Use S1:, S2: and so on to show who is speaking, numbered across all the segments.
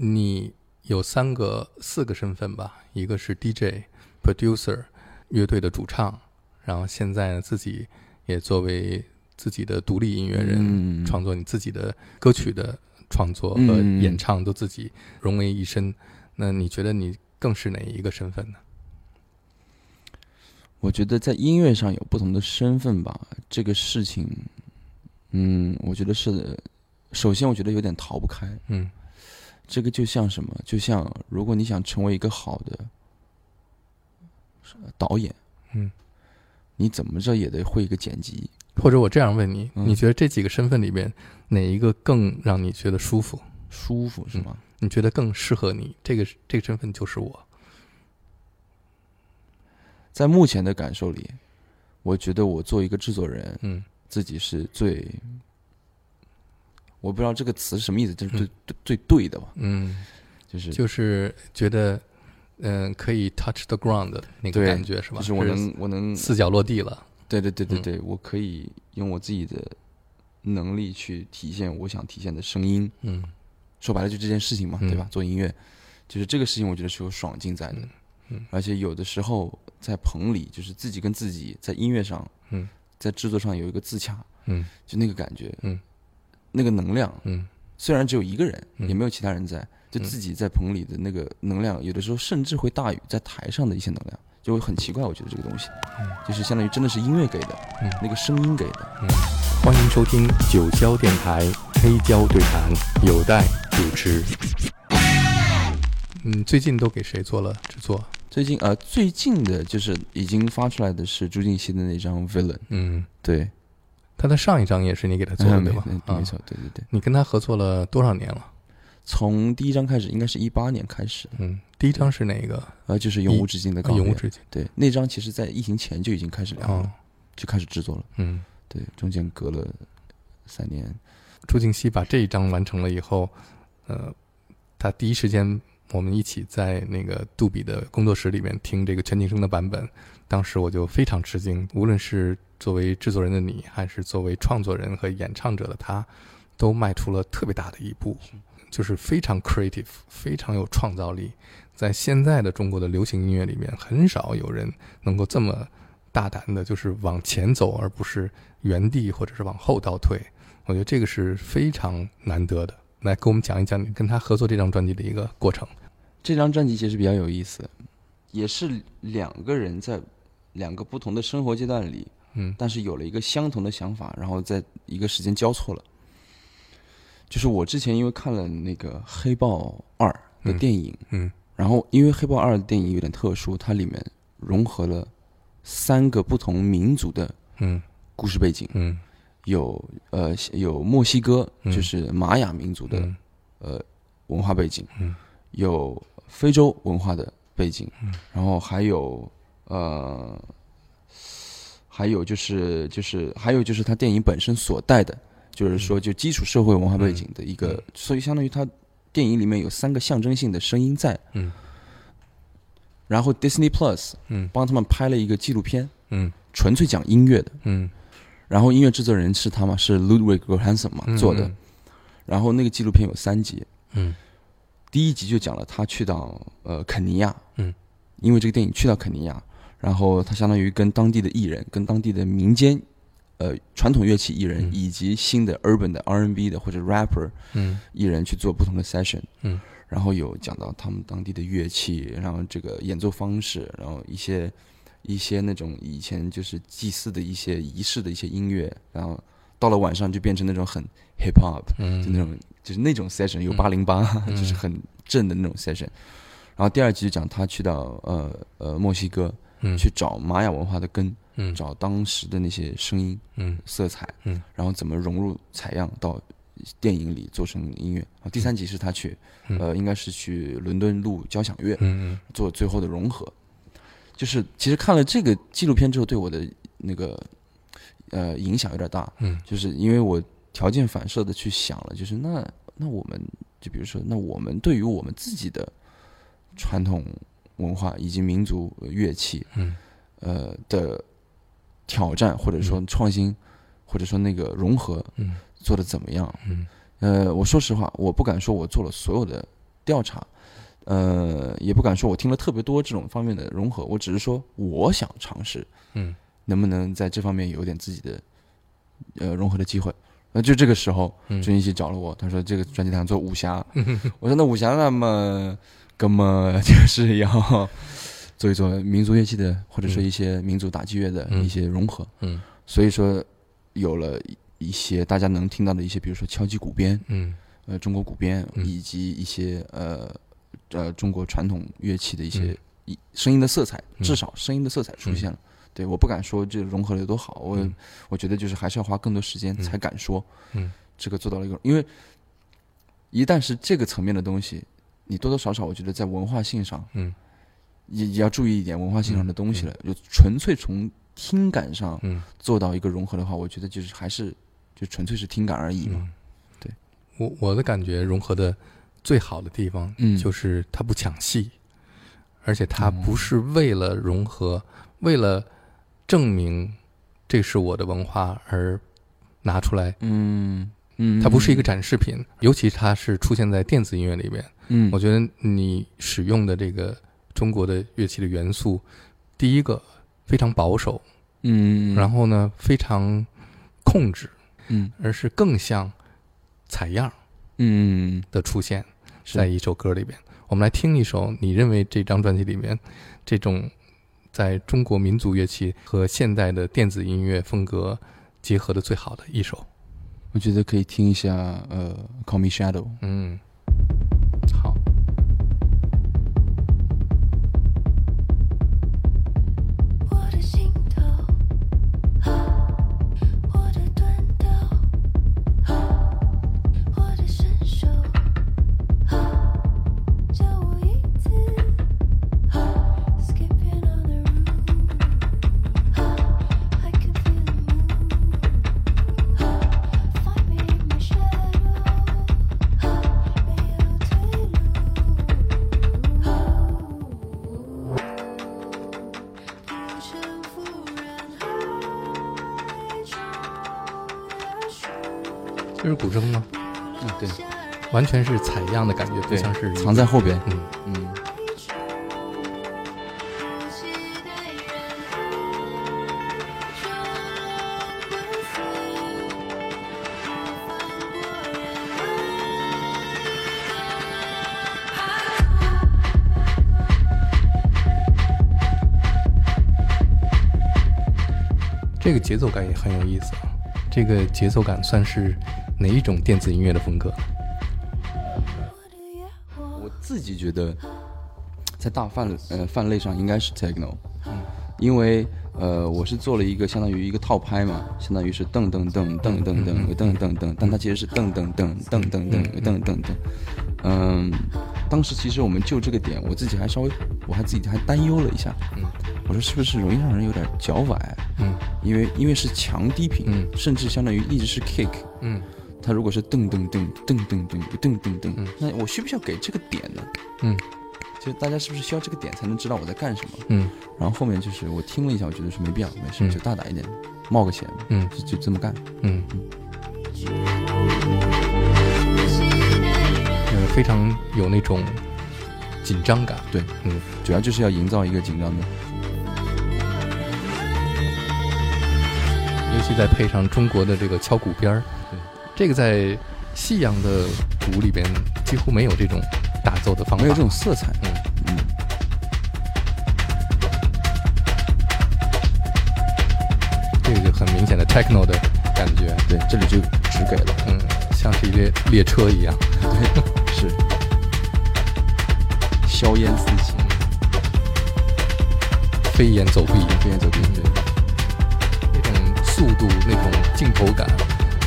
S1: 你有三个、四个身份吧，一个是 DJ、producer、乐队的主唱，然后现在呢自己也作为自己的独立音乐人，
S2: 嗯
S1: 创作你自己的歌曲的创作和
S2: 嗯
S1: 演唱都自己融为一身。那你觉得你更是哪一个身份呢？
S2: 我觉得在音乐上有不同的身份吧，这个事情，嗯，我觉得是的。首先，我觉得有点逃不开。
S1: 嗯
S2: 这个就像什么？就像如果你想成为一个好的呃导演，
S1: 嗯，
S2: 你怎么着也得会一个剪辑。
S1: 或者我这样问你，
S2: 嗯
S1: 你觉得这几个身份里边哪一个更让你觉得舒服？
S2: 舒服是吗？
S1: 你觉得更适合你？这个这个身份就是我。
S2: 在目前的感受里，我觉得我做一个制作人，
S1: 嗯
S2: 自己是最，我不知道这个词是什么意思，就是最、
S1: 嗯
S2: 最最对的吧，
S1: 嗯。
S2: 就是
S1: 就是觉得，嗯、可以 touch the ground 的那个
S2: 对
S1: 感觉是吧？
S2: 就是我能我能嗯
S1: 四脚落地了。
S2: 对对对对对，我可以用我自己的能力去体现我想体现的声音。
S1: 嗯，
S2: 说白了就这件事情嘛，
S1: 嗯
S2: 对吧？做音乐，就是这个事情，我觉得是有爽劲在的。
S1: 嗯嗯
S2: 而且有的时候在棚里，就是自己跟自己在音乐上，
S1: 嗯，
S2: 在制作上有一个自洽，
S1: 嗯，
S2: 就那个感觉，
S1: 嗯，
S2: 那个能量，
S1: 嗯，
S2: 虽然只有一个人，
S1: 嗯
S2: 也没有其他人在，就
S1: 嗯
S2: 自己在棚里的那个能量，有的时候甚至会大于在台上的一些能量，就会很奇怪。我觉得这个东西，就是相当于真的是音乐给的，
S1: 嗯
S2: 那个声音给的。
S1: 欢迎收听九霄电台黑胶对谈，有待主持。嗯，最近都给谁做了制作？
S2: 最近呃，最近的就是已经发出来的是朱婧汐的那张《Villain》，
S1: 嗯，
S2: 对，
S1: 他的上一张也是你给他做
S2: 嗯
S1: 的
S2: 没
S1: 对吧？
S2: 没
S1: 啊，
S2: 错，对对对，
S1: 你跟他合作了多少年了？
S2: 从第一张开始，应该是一八年开始的，
S1: 嗯，第一张是哪个？
S2: 呃，就是永无止境的
S1: 啊
S2: 钢
S1: 永无
S2: 炼。
S1: 止境。
S2: 对，那张其实在疫情前就已经开始聊了，
S1: 哦，
S2: 就开始制作了。
S1: 嗯，
S2: 对，中间隔了三年，
S1: 朱静熙把这一张完成了以后，呃，他第一时间我们一起在那个杜比的工作室里面听这个全景声的版本，当时我就非常吃惊。无论是作为制作人的你，还是作为创作人和演唱者的他，都迈出了特别大的一步，就是非常 creative，非常有创造力。在现在的中国的流行音乐里面，很少有人能够这么大胆的，就是往前走，而不是原地或者是往后倒退。我觉得这个是非常难得的。来，给我们讲一讲你跟他合作这张专辑的一个过程。
S2: 这张专辑其实比较有意思，也是两个人在两个不同的生活阶段里，
S1: 嗯
S2: 但是有了一个相同的想法，然后在一个时间交错了。就是我之前因为看了那个《黑豹二》的电影，
S1: 嗯
S2: 然后因为《黑豹二》的电影有点特殊，它里面融合了三个不同民族的
S1: 嗯
S2: 故事背景，
S1: 嗯
S2: 有呃有墨西哥，
S1: 嗯
S2: 就是玛雅民族的
S1: 嗯
S2: 呃文化背景，
S1: 嗯
S2: 有非洲文化的背景，然后还有呃，还有就是就是还有就是它电影本身所带的，就是
S1: 嗯
S2: 说就基础社会文化背景的一个，所以相当于它电影里面有三个象征性的声音在，
S1: 嗯，
S2: 然后 Disney Plus
S1: 嗯
S2: 帮他们拍了一个纪录片，
S1: 嗯
S2: 纯粹讲音乐的，
S1: 嗯
S2: 然后音乐制作人是他嘛，是 Ludwig Göransson 嘛
S1: 嗯
S2: 做的，然后那个纪录片有三集，
S1: 嗯
S2: 第一集就讲了他去到呃肯尼亚，
S1: 嗯，
S2: 因为这个电影去到肯尼亚，然后他相当于跟当地的艺人、跟当地的民间呃传统乐器艺人、
S1: 嗯
S2: 以及新的 urban 的 R&B 的或者 rapper
S1: 嗯
S2: 艺人去做不同的 session，
S1: 嗯，
S2: 然后有讲到他们当地的乐器，然后这个演奏方式，然后一些一些那种以前就是祭祀的一些仪式的一些音乐，然后到了晚上就变成那种很 hip hop，
S1: 嗯，
S2: 就那种就是那种 session 有
S1: 嗯
S2: 八零八，
S1: 嗯
S2: 就是很正的那种 session。然后第二集就讲他去到呃呃墨西哥
S1: 嗯
S2: 去找玛雅文化的根，
S1: 嗯
S2: 找当时的那些声音
S1: 嗯
S2: 色彩，
S1: 嗯，
S2: 然后怎么融入采样到电影里做成音乐。然后第三集是他去
S1: 嗯
S2: 呃应该是去伦敦录交响乐，
S1: 嗯
S2: 做最后的融合。就是其实看了这个纪录片之后，对我的那个呃影响有点大，
S1: 嗯，
S2: 就是因为我条件反射的去想了，就是那那我们就比如说，那我们对于我们自己的传统文化以及民族乐器，
S1: 嗯，
S2: 呃的挑战或者说创新，或者说那个融合
S1: 嗯
S2: 做的怎么样？
S1: 嗯
S2: 呃，我说实话，我不敢说我做了所有的调查，呃，也不敢说我听了特别多这种方面的融合，我只是说我想尝试
S1: 嗯
S2: 能不能在这方面有点自己的呃融合的机会。那就这个时候，
S1: 嗯
S2: 郑一奇找了我，他说这个专辑他想做 武侠，
S1: 嗯
S2: 我说那武侠那么，那么 就是要做一做民族乐器的，或者说一些民族打击乐的
S1: 嗯
S2: 一些融合。
S1: 嗯
S2: 所以说，有了一一些大家能听到的一些，比如说敲击鼓边，
S1: 嗯
S2: 呃，中国鼓边，
S1: 嗯
S2: 以及一些呃呃中国传统乐器的一些
S1: 嗯
S2: 一声音的色彩，
S1: 嗯
S2: 至少声音的色彩出现了。对，我不敢说这融合的有多好，我、
S1: 嗯
S2: 我觉得就是还是要花更多时间
S1: 嗯
S2: 才敢说，
S1: 嗯，
S2: 这个做到了一个，因为一旦是这个层面的东西，你多多少少我觉得在文化性上，
S1: 嗯，
S2: 也也要注意一点文化性上的东西了，就纯粹从听感上
S1: 嗯
S2: 做到一个融合的话，我觉得就是还是就纯粹是听感而已嘛，
S1: 嗯，
S2: 对，
S1: 我我的感觉融合的最好的地方，
S2: 嗯
S1: 就是它不抢戏，而且它不是为了融合，为了证明这是我的文化而拿出来，
S2: 嗯嗯，
S1: 它不是一个展示品，尤其它是出现在电子音乐里边。
S2: 嗯，
S1: 我觉得你使用的这个中国的乐器的元素，第一个非常保守，
S2: 嗯，
S1: 然
S2: 后
S1: 后呢非常控制，
S2: 嗯
S1: 而是更像采样
S2: 嗯，
S1: 的出现
S2: 是
S1: 在一首歌里边。我们来听一首，你认为这张专辑里面这种在中国民族乐器和现代的电子音乐风格结合的最好的一首。
S2: 我觉得可以听一下呃《Call Me Shadow》。
S1: 嗯，好，
S3: 我的心头，啊，我的短刀，啊，我的身手，啊，教我一次，啊，skipping on the roof，啊，I can feel the moon，啊，find me in my shadow，啊，没有退路，啊。一尘浮然海中的树，
S1: 这是古筝吗？
S2: 嗯，对，
S1: 完全是采样的感觉，不
S2: 对
S1: 像是
S2: 藏在后边。
S1: 嗯。
S2: 嗯
S3: 不期待人海中的死，翻过人海的海。
S1: 这个节奏感也很有意思啊。这个节奏感算是哪一种电子音乐的风格？
S3: 我的愿望
S2: 我自己觉得，在大范呃范类上应该是 techno，因为呃我是做了一个相当于一个套拍嘛，相当于是噔噔噔噔噔噔噔噔噔，但它其实是噔噔噔噔噔噔噔噔噔，嗯，当时其实我们就这个点，我自己还稍微我还自己还担忧了一下，我说是不是容易让人有点脚崴，
S1: 嗯
S2: 因为因为是强低频
S1: 嗯，
S2: 甚至相当于一直是 kick，
S1: 嗯
S2: 它如果是噔噔噔噔噔噔噔噔噔，那我需不需要给这个点呢？
S1: 嗯
S2: 就是大家是不是需要这个点才能知道我在干什么？
S1: 嗯
S2: 然后后面就是我听了一下，我觉得是没必要，没事
S1: 嗯
S2: 就大胆一点，冒个险，
S1: 嗯
S2: 就就这么干。
S1: 嗯，
S3: 不期待人
S1: 呃，非常有那种紧张感。
S2: 对，
S1: 嗯
S2: 主要就是要营造一个紧张的。
S1: 尤其再配上中国的这个敲鼓边儿嗯这
S2: 对，
S1: 个在西洋的鼓里边几乎没有这种打奏的方法。
S2: 没有这种色彩。
S1: 嗯
S2: 嗯。
S1: 这个就很明显的 techno 的感觉，
S2: 对，这里就只给了，
S1: 嗯，像是一列列车一样。
S2: 是硝烟四起，
S1: 飞檐走壁，
S2: 飞檐走壁。对，
S1: 那种速度、那种镜头感，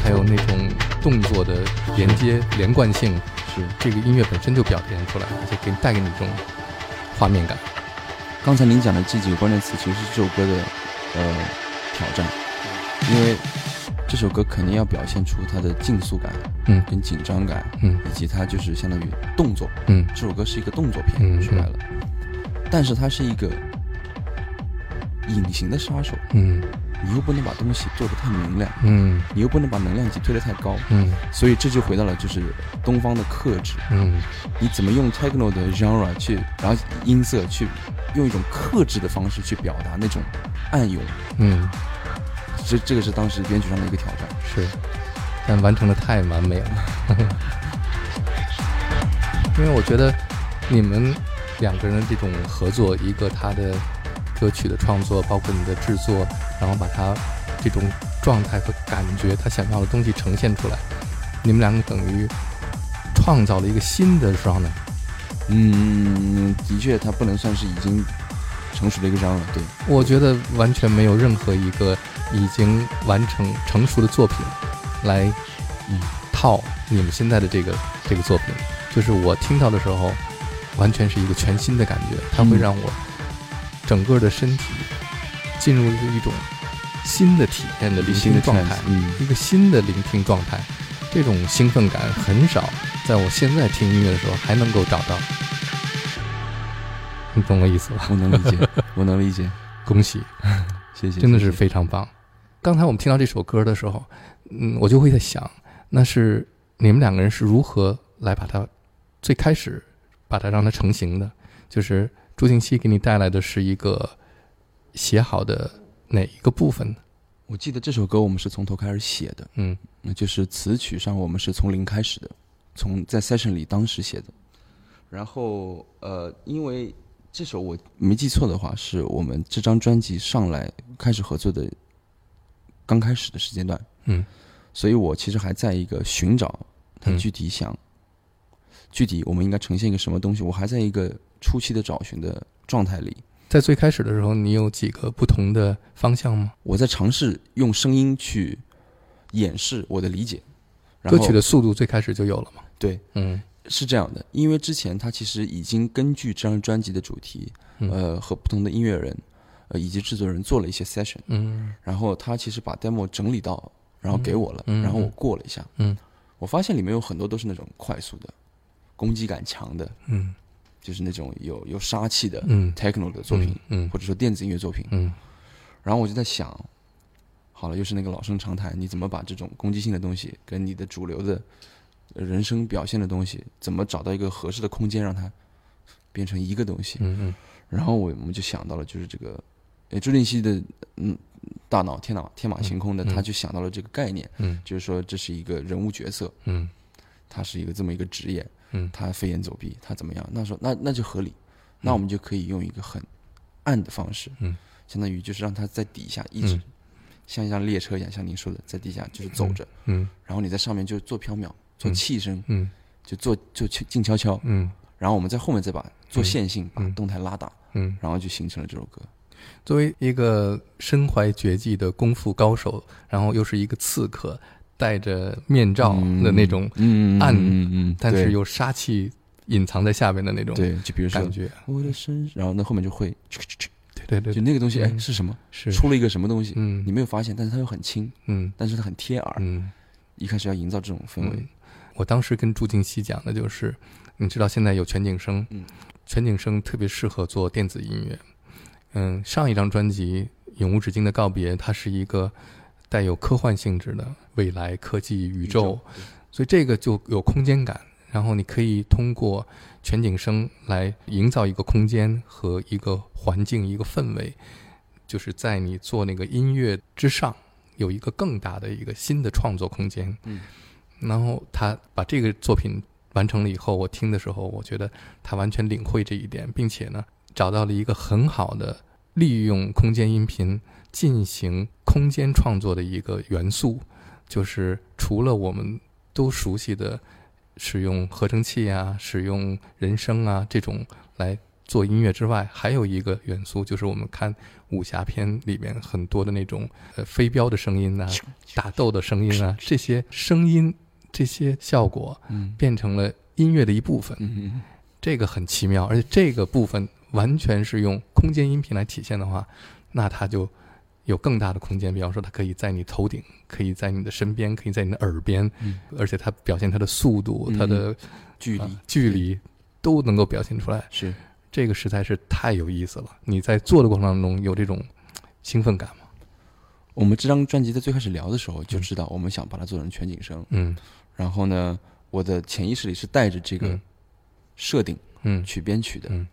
S1: 还有那种动作的连接、连贯性，
S2: 是。
S1: 这个音乐本身就表现出来，而且给你带给你这种画面感。
S2: 刚才您讲的这几个关键词，其实是这首歌的呃挑战，
S1: 嗯
S2: 因为这首歌肯定要表现出它的竞速感、
S1: 嗯
S2: 跟紧张感，
S1: 嗯
S2: 以及它就是相当于动作。
S1: 嗯
S2: 这首歌是一个动作
S1: 嗯
S2: 片出来了，但是它是一个隐形的杀手，
S1: 嗯
S2: 你又不能把东西做得太明亮，
S1: 嗯
S2: 你又不能把能量级推得太高，
S1: 嗯
S2: 所以这就回到了就是东方的克制，
S1: 嗯
S2: 你怎么用 techno 的 genre 去，然后音色去用一种克制的方式去表达那种暗涌，
S1: 嗯，
S2: 这这个是当时编曲上的一个挑战。
S1: 是，但完成的太完美了， 因为我觉得你们两个人的这种合作，一个他的歌曲的创作，包括你的制作，然后把他这种状态和感觉，他想要的东西呈现出来，你们两个等于创造了一个新的 genre，
S2: 嗯，的确，它不能算是已经成熟的一个 genre，对，
S1: 我觉得完全没有任何一个已经完成成熟的作品来，嗯，套你们现在的这个这个作品。就是我听到的时候，完全是一个全新的感觉，它会
S2: 嗯
S1: 让我整个的身体进入一种新的体验的聆
S2: 新的
S1: 听状
S2: trance，
S1: 态，
S2: 嗯
S1: 一个新的聆听状态。这种兴奋感很少，在我现在听音乐的时候还能够找到。你懂我意思吧？
S2: 我能理解，我能理解，
S1: 恭喜！
S2: 谢谢，
S1: 真的是
S2: 非
S1: 非常棒。刚才我们听到这首歌的时候，嗯，我就会在想，那是你们两个人是如何来把它最开始把它让它成型的？就是朱静熙给你带来的是一个写好的哪一个部分呢？
S2: 我记得这首歌我们是从头开始写的，
S1: 嗯
S2: 那就是词曲上我们是从零开始的，从在 session 里当时写的。然后呃，因为这首我没记错的话，是我们这张专辑上来开始合作的刚开始的时间段，
S1: 嗯
S2: 所以我其实还在一个寻找它
S1: 嗯
S2: 具体想、具体我们应该呈现一个什么东西，我还在一个初期的找寻的状态里。
S1: 在最开始的时候，你有几个不同的方向吗？
S2: 我在尝试用声音去掩饰我的理解，然
S1: 歌
S2: 后
S1: 曲的速度最开始就有了吗？
S2: 对
S1: 嗯
S2: 是这样的，因为之前他其实已经根据这张专辑的主题，
S1: 嗯
S2: 呃，和不同的音乐人，呃，以及制作人做了一些 session，
S1: 嗯
S2: 然后他其实把 demo 整理到，然后给我了，
S1: 嗯嗯
S2: 然后我过了一下，
S1: 嗯，
S2: 我发现里面有很多都是那种快速的、攻击感强的，
S1: 嗯
S2: 就是那种有有杀气的、
S1: 嗯
S2: techno 呃的作品，
S1: 嗯
S2: 或者说电子音乐作品。
S1: 嗯
S2: 然后我就在想，好了，又是那个老生常谈，你怎么把这种攻击性的东西跟你的主流的呃人生表现的东西，怎么找到一个合适的空间让它变成一个东西？
S1: 嗯嗯
S2: 然后我我们就想到了，就是这个，呃，朱令熙的嗯大脑天马天马行空的，
S1: 嗯嗯
S2: 他就想到了这个概念，
S1: 嗯
S2: 就是说这是一个人物角色，
S1: 嗯
S2: 他是一个这么一个职业，
S1: 嗯
S2: 他飞檐走壁，他怎么样？那时候那那就合理，那我们就可以用一个很暗的方式，
S1: 嗯，
S2: 相当于就是让他在底下一直、
S1: 嗯
S2: 像一辆列车一样，像您说的，在底下就是走着，
S1: 嗯
S2: 然后你在上面就做缥缈，做
S1: 嗯
S2: 气声，
S1: 嗯
S2: 就做就静静悄悄，
S1: 嗯
S2: 然后我们在后面再把做线性，把
S1: 嗯
S2: 动态拉大，
S1: 嗯。
S2: 然后就形成了这首歌。
S1: 作为一个身怀绝技的功夫高手，然后又是一个刺客，戴着面罩的那种，
S2: 嗯
S1: 暗
S2: 嗯嗯，
S1: 但是
S2: 对
S1: 又杀气隐藏在下面的那种
S2: 对，就比如说
S1: 感觉。
S2: 我的身，然后那后面就会，
S1: 对对对
S2: 就那个东西，哎，
S1: 嗯
S2: 是什么？
S1: 是，
S2: 出了一个什么东西？
S1: 嗯
S2: 你没有发现，但是它又很轻，
S1: 嗯
S2: 但是它很贴耳。
S1: 嗯
S2: 一开始要营造这种氛围
S1: 嗯，。我当时跟朱静熙讲的就是，你知道现在有全景声，
S2: 嗯
S1: 全景声特别适合做电子音乐。嗯，上一张专辑《永无止境的告别》，它是一个带有科幻性质的未来科技宇宙，所以这个就有空间感。然后你可以通过全景声来营造一个空间和一个环境、一个氛围，就是在你做那个音乐之上，有一个更大的一个新的创作空间。
S2: 嗯，
S1: 然后他把这个作品完成了以后，我听的时候，我觉得他完全领会这一点，并且呢，找到了一个很好的利用空间音频进行空间创作的一个元素，就是除了我们都熟悉的使用合成器啊、使用人声啊这种来做音乐之外，还有一个元素就是我们看武侠片里面很多的那种呃飞镖的声音呐、打斗的声音啊，这些声音、这些效果
S2: 嗯
S1: 变成了音乐的一部分，
S2: 嗯
S1: 这个很奇妙。而且这个部分完全是用空间音频来体现的话，那它就有更大的空间。比方说，它可以在你头顶，可以在你的身边，可以在你的耳边，
S2: 嗯
S1: 而且它表现它的速度、它的
S2: 距
S1: 啊
S2: 离
S1: 距离都能够表现出来。
S2: 是
S1: 这个实在是太有意思了。你在做的过程当中有这种兴奋感吗？
S2: 我们这张专辑在最开始聊的时候就知道，我们想把它做成全景声。
S1: 嗯
S2: 然后呢，我的潜意识里是带着这个
S1: 嗯
S2: 设定
S1: 嗯
S2: 去编曲的，
S1: 嗯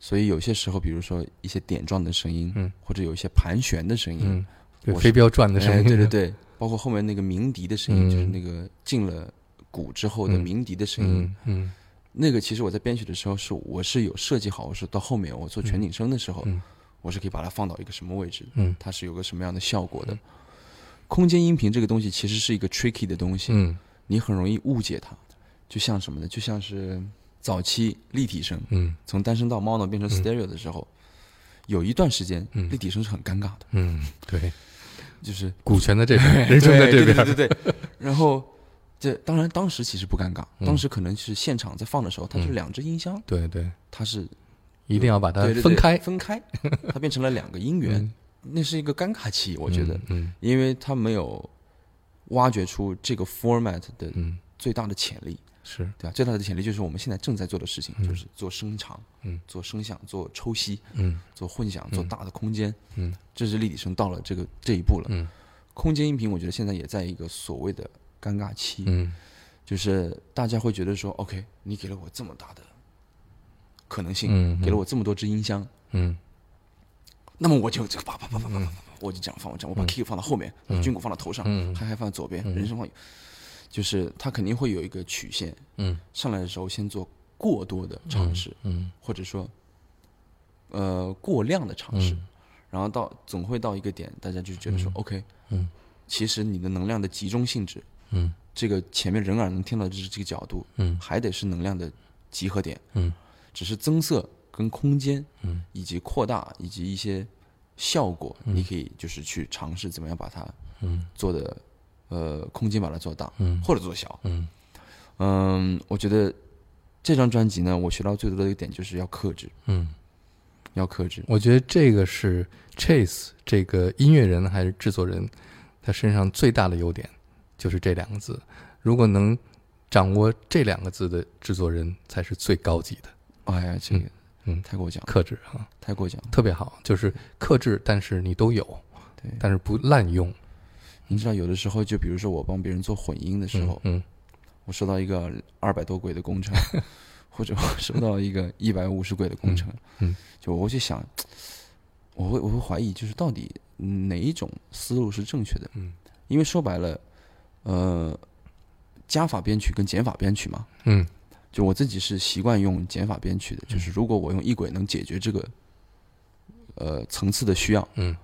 S2: 所以有些时候，比如说一些点状的声音，
S1: 嗯
S2: 或者有一些盘旋的声音，
S1: 嗯，对，
S2: 我是
S1: 飞镖转的声
S2: 哎
S1: 音，
S2: 对对对，包括后面那个鸣笛的声音，
S1: 嗯
S2: 就是那个进了鼓之后的
S1: 嗯
S2: 鸣笛的声音，
S1: 嗯嗯
S2: 那个其实我在编曲的时候是我是有设计好，我是到后面我做全景声的时候，
S1: 嗯
S2: 我是可以把它放到一个什么位置的，
S1: 嗯
S2: 它是有个什么样的效果的。空间音频这个东西其实是一个 tricky 的东西，
S1: 嗯
S2: 你很容易误解它，就像什么呢？就像是早期立体声
S1: 嗯
S2: 从单声道 mono 变成 stereo 的时候，有一段时间
S1: 嗯
S2: 立体声是很尴尬的，
S1: 嗯，对，
S2: 就是
S1: 股权在这边，人生在哎这
S2: 对对
S1: 边，
S2: 对对对。然后这当然当时其实不尴尬，
S1: 嗯
S2: 当时可能是现场在放的时候，它是两只音箱，
S1: 对对，
S2: 它是
S1: 一定要把它
S2: 对对对
S1: 分开，
S2: 分开， 它变成了两个音源，那是一个尴尬期，我觉得，
S1: 嗯
S2: 因为它没有挖掘出这个 format 的
S1: 嗯
S2: 最大的潜力。
S1: 是，
S2: 对吧？最大的潜力就是我们现在正在做的事情，就是做声场，
S1: 嗯，
S2: 做声响，做抽吸，
S1: 嗯
S2: 做混响，做大的空间，
S1: 嗯，
S2: 这是立体声到了这个这一步了。
S1: 嗯
S2: 空间音频，我觉得现在也在一个所谓的尴尬期，
S1: 嗯
S2: 就是大家会觉得说，OK，你给了我这么大的可能性，
S1: 嗯嗯
S2: 给了我这么多支音箱，
S1: 嗯
S2: 那么我就这个叭叭叭叭叭叭叭，我就这样放，我这样，我把 kick 放到后面，军鼓放到头上，
S1: 嗯
S2: 嗨嗨放到左边，人声放，就是它肯定会有一个曲线，
S1: 嗯
S2: 上来的时候先做过多的尝试，
S1: 嗯
S2: 或者说，呃，过量的尝试，然后到总会到一个点，大家就觉得说、o k
S1: 嗯
S2: 其实你的能量的集中性质，
S1: 嗯
S2: 这个前面人耳能听到的这这个角度，
S1: 嗯
S2: 还得是能量的集合点，
S1: 嗯
S2: 只是增色跟空间，
S1: 嗯，
S2: 以及扩大以及一些效果，你可以就是去尝试怎么样把它，
S1: 嗯，
S2: 做的，呃，空间把它做大，
S1: 嗯
S2: 或者做小，
S1: 嗯
S2: 嗯，我觉得这张专辑呢，我学到最多的一点就是要克制，
S1: 嗯，
S2: 要克制，
S1: 我觉得这个是 Chase 这个音乐人还是制作人，他身上最大的优点就是这两个字。如果能掌握这两个字的制作人，才是最高级的
S2: 哎呀，这个，
S1: 嗯嗯
S2: 太过奖了，
S1: 克制啊。
S2: 太过奖了。
S1: 特别好，就是克制，但是你都有，
S2: 对
S1: 但是不滥用。
S2: 你知道，有的时候，就比如说我帮别人做混音的时候，
S1: 嗯
S2: 我收到一个二百多轨的工程，或者我收到一个一百五十轨的工程，
S1: 嗯嗯
S2: 就我会去想，我会我会怀疑，就是到底哪一种思路是正确的？
S1: 嗯，
S2: 因为说白了，呃，加法编曲跟减法编曲嘛，
S1: 嗯
S2: 就我自己是习惯用减法编曲的，就是如果我用一轨能解决这个，呃层次的需要，
S1: 嗯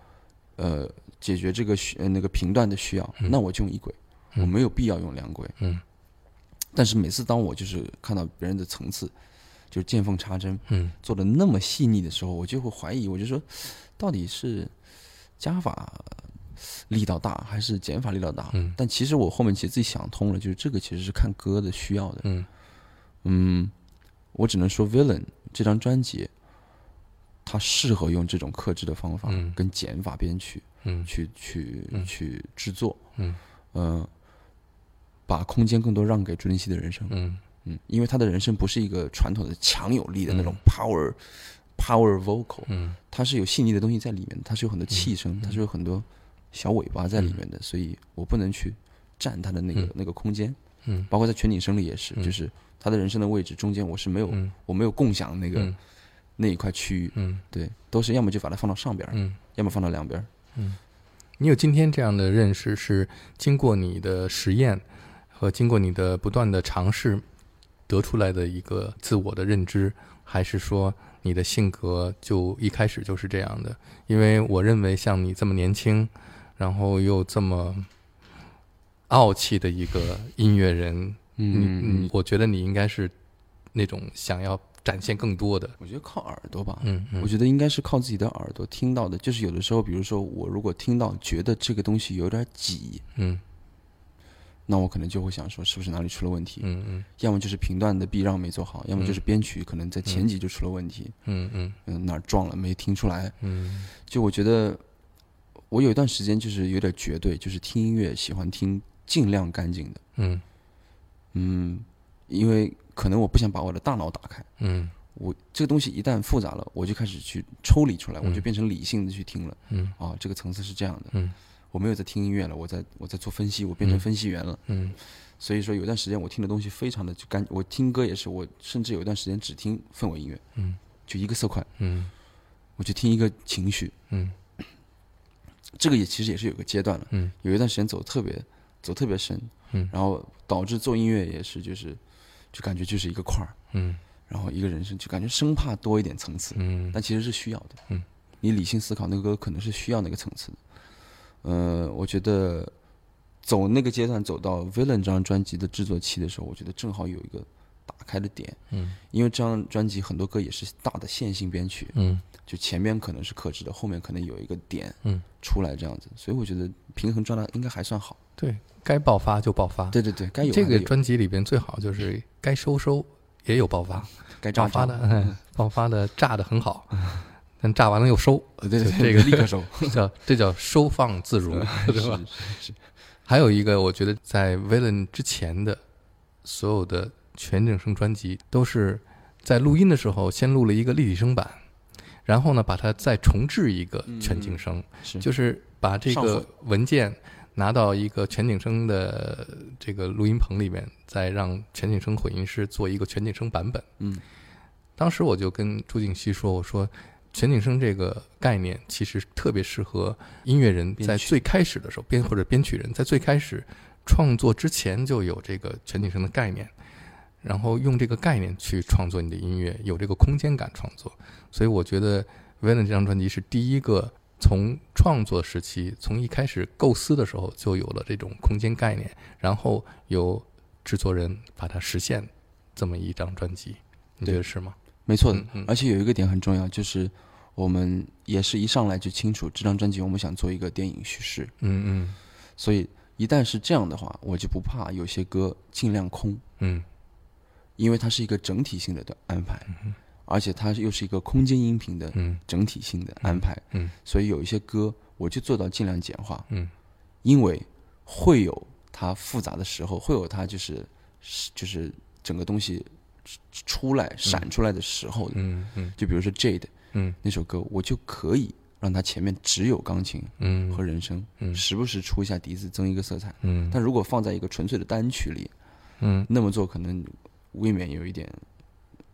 S2: 呃解决这个需呃那个频段的需要，那我就用一轨，
S1: 嗯
S2: 我没有必要用两轨。
S1: 嗯
S2: 但是每次当我就是看到别人的层次，就是见缝插针
S1: 嗯
S2: 做的那么细腻的时候，我就会怀疑，我就说，到底是加法力道大还是减法力道大？
S1: 嗯
S2: 但其实我后面其实自己想通了，就是这个其实是看歌的需要的。
S1: 嗯
S2: 嗯，我只能说《Villain》这张专辑，它适合用这种克制的方法
S1: 嗯
S2: 跟减法编曲
S1: 嗯
S2: 去去
S1: 嗯
S2: 去制作，
S1: 嗯
S2: 呃，把空间更多让给朱林熙的人生，
S1: 嗯
S2: 嗯，因为他的人生不是一个传统的强有力的那种 power、power vocal，
S1: 嗯
S2: 它是有细腻的东西在里面，它是有很多气声，它是有很多小尾巴在里面的，所以我不能去占它的那个、
S1: 嗯
S2: 那个空间，
S1: 嗯
S2: 包括在全景声里也是，就是他的人生的位置中间我是没有、
S1: 嗯
S2: 我没有共享那个、
S1: 嗯
S2: 那一块区域，
S1: 嗯
S2: 对，都是要么就把它放到上边儿，
S1: 嗯。
S2: 要么放到两边儿，
S1: 你有今天这样的认识，是经过你的实验和经过你的不断的尝试得出来的一个自我的认知，还是说你的性格就一开始就是这样的？因为我认为像你这么年轻，然后又这么傲气的一个
S2: 嗯
S1: 音乐人，你你，我觉得你应该是那种想要展现更多的，
S2: 我觉得靠耳朵吧，
S1: 嗯嗯
S2: 我觉得应该是靠自己的耳朵听到的，就是有的时候，比如说我如果听到觉得这个东西有点挤，
S1: 嗯
S2: 那我可能就会想说是不是哪里出了问题，
S1: 嗯嗯
S2: 要么就是频段的避让没做好，要么就是编曲可能在前几就出了问题，
S1: 嗯嗯
S2: 嗯哪儿撞了没听出来，
S1: 嗯
S2: 就我觉得我有一段时间就是有点绝对，就是听音乐喜欢听尽量干净的，
S1: 嗯
S2: 嗯，因为可能我不想把我的大脑打开。
S1: 嗯
S2: 我这个东西一旦复杂了，我就开始去抽离出来，
S1: 嗯
S2: 我就变成理性的去听了。哦
S1: 嗯
S2: 啊，这个层次是这样的。
S1: 嗯
S2: 我没有在听音乐了，我在我在做分析，我变
S1: 嗯
S2: 成分析员了。
S1: 嗯
S2: 所以说有段时间我听的东西非常的就干，我听歌也是，我甚至有一段时间只听氛围音乐，
S1: 嗯，
S2: 就一个色块，
S1: 嗯
S2: 我就听一个情绪，
S1: 嗯
S2: 这个也其实也是有个阶段了，
S1: 嗯，
S2: 有一段时间走得特别走得特别深，
S1: 嗯
S2: 然后导致做音乐也是就是就感觉就是一个块儿，
S1: 嗯
S2: 然后一个人生就感觉生怕多一点层次，
S1: 嗯
S2: 但其实是需要的。
S1: 嗯，
S2: 你理性思考那个歌可能是需要那个层次的。呃，我觉得走那个阶段走到《Villain》这张专辑的制作期的时候，我觉得正好有一个打开的点，
S1: 嗯
S2: 因为这张专辑很多歌也是大的线性编曲，
S1: 嗯
S2: 就前面可能是克制的，后面可能有一个点
S1: 嗯，
S2: 出来这样子，所以我觉得平衡状态应该还算好。
S1: 对该爆发就爆发。
S2: 对对对，该有
S1: 这
S2: 还得
S1: 个
S2: 有
S1: 专辑里边最好就是该收收也有爆发，
S2: 该炸嗯
S1: 爆发
S2: 炸
S1: 的，哎 爆发的炸的很好，但炸完了又收，
S2: 呃对对
S1: 这
S2: 对，
S1: 个
S2: 立 刻收，
S1: 这叫这叫收放自如，对吧？
S2: 嗯是是
S1: 还有一个，我觉得在 Villain 之前的所有的全景声专辑，都是在录音的时候先录了一个立体声版，然后呢，把它再重制一个
S2: 嗯
S1: 全景声，
S2: 是，
S1: 就是把这
S2: 上
S1: 个
S2: 混
S1: 文件拿到一个全景声的这个录音棚里面，再让全景声混音师做一个全景声版本。
S2: 嗯
S1: 当时我就跟朱景熙说：“我说，全景声这个概念其实特别适合音乐人在
S2: 编曲
S1: 最开始的时候，编或者编曲人在最开始创作之前就有这个全景声的概念，然后用这个概念去创作你的音乐，有这个空间感创作。所以我觉得 v i l l a n 这张专辑是第一个从创作时期，从一开始构思的时候就有了这种空间概念，然后由制作人把它实现这么一张专辑。”你觉
S2: 对
S1: 得是吗？
S2: 没错的
S1: 嗯嗯，
S2: 而且有一个点很重要，就是我们也是一上来就清楚这张专辑我们想做一个电影叙事，
S1: 嗯
S2: 所以一旦是这样的话，我就不怕有些歌尽量空，
S1: 嗯
S2: 因为它是一个整体性的的安排，而且它又是一个空间音频的
S1: 嗯
S2: 整体性的安排，
S1: 嗯
S2: 所以有一些歌我就做到尽量简化，
S1: 嗯
S2: 因为会有它复杂的时候，会有它就是就是整个东西出来闪出来的时候的，
S1: 嗯嗯
S2: 就比如说 Jade。
S1: 嗯
S2: 那首歌，我就可以让它前面只有钢琴
S1: 嗯
S2: 和人声，
S1: 嗯
S2: 时不时出一下笛子，增一个色彩。
S1: 嗯
S2: 但如果放在一个纯粹的单曲里，
S1: 嗯
S2: 那么做可能未免有一点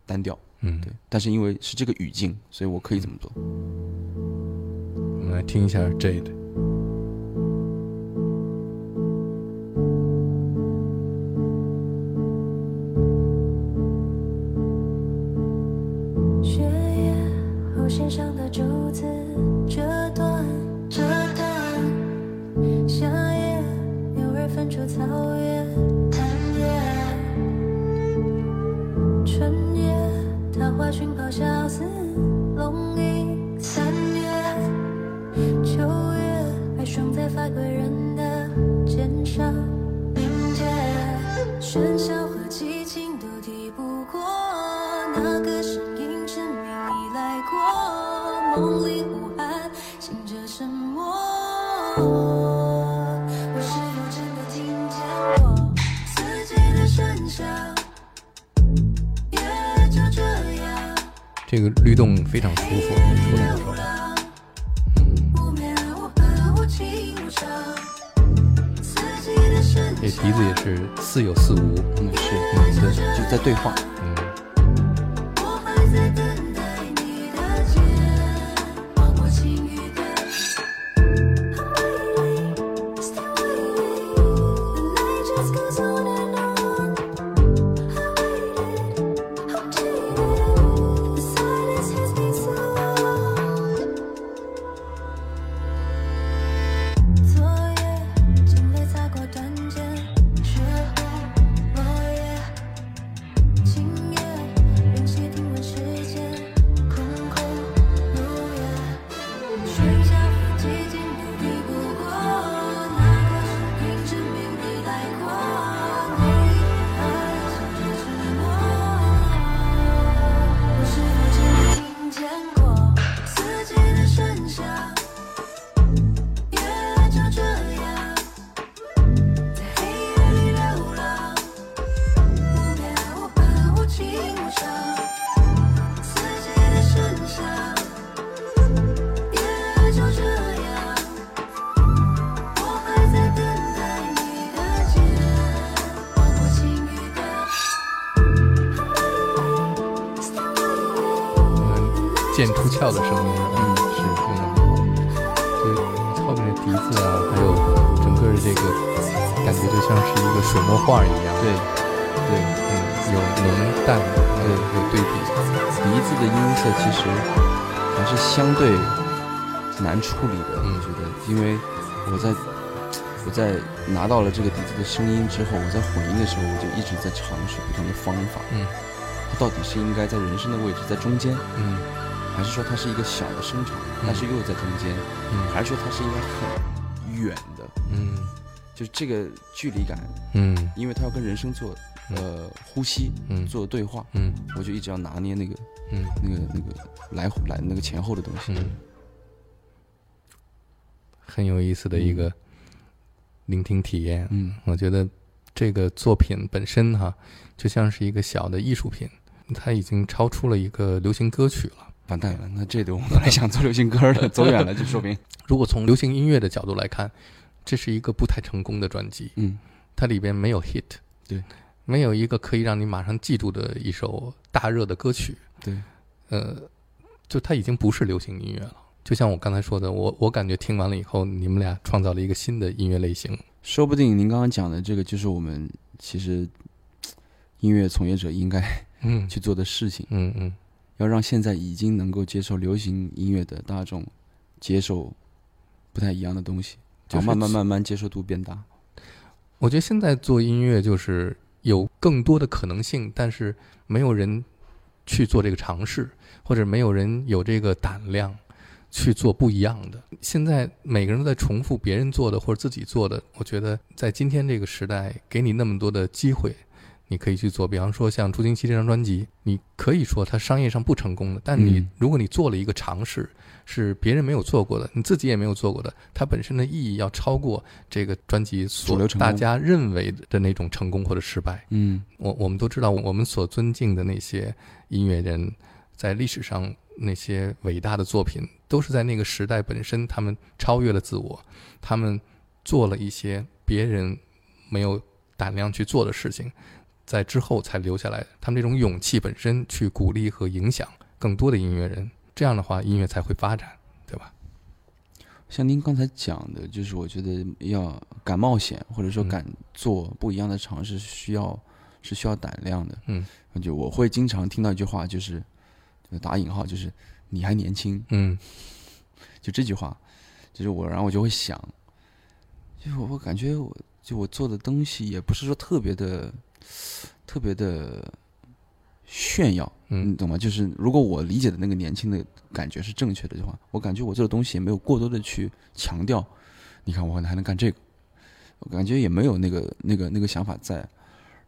S2: 单调，
S1: 嗯，
S2: 对。但是因为是这个语境，所以我可以这么做。
S1: 我们来听一下 Jade。
S3: 血液后线上的珠子折断，折断。夏夜有人分出草原，寒夜。春夜桃花寻宝小厮，龙吟三月。秋月白霜在发归人的肩上凝结，喧嚣和寂静都敌不过那个身影，证明你来过。梦里呼喊，醒着什么？我是否真的听见我自己的声响？夜就这样。
S1: 这个律动非常舒服，你说的没错。这笛哎子也是似有似无，
S2: 嗯，是，嗯，对，就在对话。
S1: 嗯
S3: 昨夜惊雷擦过断剑，雪花落叶。今夜，人气听闻世间
S1: 剑嗯出鞘的声音，嗯，是用的很好。就后面的笛子啊，还有整个这个感觉，就像是一个水墨画一样。
S2: 对，对，
S1: 嗯，有浓淡，嗯，有对比。
S2: 笛子的音色其实还是相对难处理的，
S1: 嗯
S2: 我觉得，因为我在我在拿到了这个笛子的声音之后，我在混音的时候，我就一直在尝试不同的方法，
S1: 嗯
S2: 它到底是应该在人声的位置在中间，
S1: 嗯
S2: 还是说它是一个小的声场，
S1: 嗯
S2: 但是又在中间，
S1: 嗯
S2: 还是说它是应该很远的，
S1: 嗯
S2: 就这个距离感，
S1: 嗯
S2: 因为它要跟人声做呃呼吸
S1: 嗯
S2: 做对话，
S1: 嗯
S2: 我就一直要拿捏那个
S1: 嗯
S2: 那个那个来来那个前后的东西。
S1: 嗯，很有意思的一个聆听体验。
S2: 嗯
S1: 我觉得这个作品本身哈、就像是一个小的艺术品，它已经超出了一个流行歌曲了。
S2: 完蛋了，那这对我们本来想做流行歌的，走远了就说明，
S1: 如果从流行音乐的角度来看，这是一个不太成功的专辑，
S2: 嗯，
S1: 它里边没有 hit，
S2: 对，
S1: 没有一个可以让你马上记住的一首大热的歌曲，
S2: 对，
S1: 呃，就它已经不是流行音乐了。就像我刚才说的，我我感觉听完了以后，你们俩创造了一个新的音乐类型。
S2: 说不定您刚刚讲的这个就是我们其实音乐从业者应该
S1: 嗯
S2: 去做的事情，
S1: 嗯嗯
S2: 要让现在已经能够接受流行音乐的大众接受不太一样的东西，
S1: 就
S2: 然
S1: 是
S2: 啊后慢慢慢慢接受度变大。
S1: 我觉得现在做音乐就是有更多的可能性，但是没有人去做这个尝试，或者没有人有这个胆量去做不一样的。现在每个人都在重复别人做的或者自己做的，我觉得在今天这个时代，给你那么多的机会。你可以去做，比方说像朱金奇这张专辑，你可以说它商业上不成功的，但你、
S2: 嗯
S1: 如果你做了一个尝试，是别人没有做过的，你自己也没有做过的，它本身的意义要超过这个专辑
S2: 主
S1: 所
S2: 流成功
S1: 大家认为的那种成功或者失败。
S2: 嗯
S1: 我我们都知道，我们所尊敬的那些音乐人，在历史上那些伟大的作品，都是在那个时代本身，他们超越了自我，他们做了一些别人没有胆量去做的事情，在之后才留下来。他们这种勇气本身去鼓励和影响更多的音乐人，这样的话，音乐才会发展，对吧？
S2: 像您刚才讲的，就是我觉得要敢冒险，或者说
S1: 嗯
S2: 敢做不一样的尝试，需要是需要胆量的。
S1: 嗯，
S2: 就我会经常听到一句话，就是就打引号，就是你还年轻，
S1: 嗯
S2: 就这句话，就是我，然后我就会想，就是我我感觉我就我做的东西也不是说特别的特别的炫耀，你
S1: 嗯
S2: 懂吗？就是如果我理解的那个年轻的感觉是正确的话，我感觉我做的东西也没有过多的去强调。你看我还能干这个，我感觉也没有那个那个那个想法在。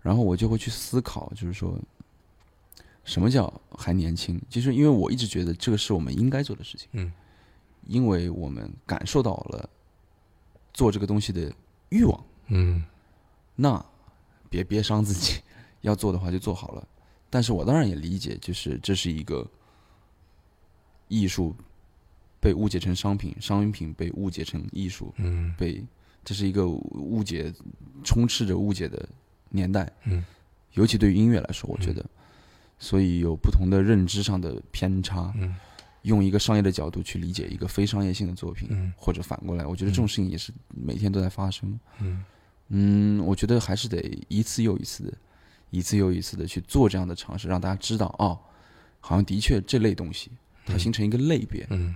S2: 然后我就会去思考，就是说，什么叫还年轻？就是因为我一直觉得这个是我们应该做的事情，
S1: 嗯
S2: 因为我们感受到了做这个东西的欲望。
S1: 嗯
S2: 那别别伤自己， 要做的话就做好了。但是我当然也理解，就是这是一个艺术被误解成商品，商品被误解成艺术，
S1: 嗯
S2: 被这是一个误解充斥着误解的年代。
S1: 嗯，
S2: 尤其对于音乐来说，我觉得，所以有不同的认知上的偏差。
S1: 嗯
S2: 用一个商业的角度去理解一个非商业性的作品，
S1: 嗯
S2: 或者反过来，我觉得这种事情也是每天都在发生。
S1: 嗯
S2: 嗯，我觉得还是得一次又一次的，一次又一次的去做这样的尝试，让大家知道哦，好像的确这类东西它形成一个类别，
S1: 嗯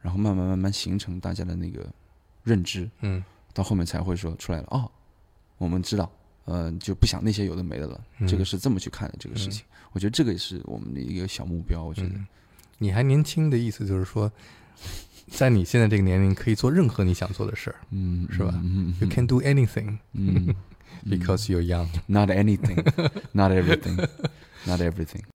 S2: 然后慢慢慢慢形成大家的那个认知，
S1: 嗯
S2: 到后面才会说出来了哦，我们知道，呃，就不想那些有的没的了，
S1: 嗯
S2: 这个是这么去看的这个事情。我觉得这个也是我们的一个小目标，我觉得，
S1: 嗯，你还年轻的意思就是说，在你现在这个年龄，可以做任何你想做的事儿。
S2: 嗯，
S1: 是吧
S2: 嗯
S1: You can do anything
S2: 嗯
S1: because you're young。
S2: ，not anything，not everything，not everything，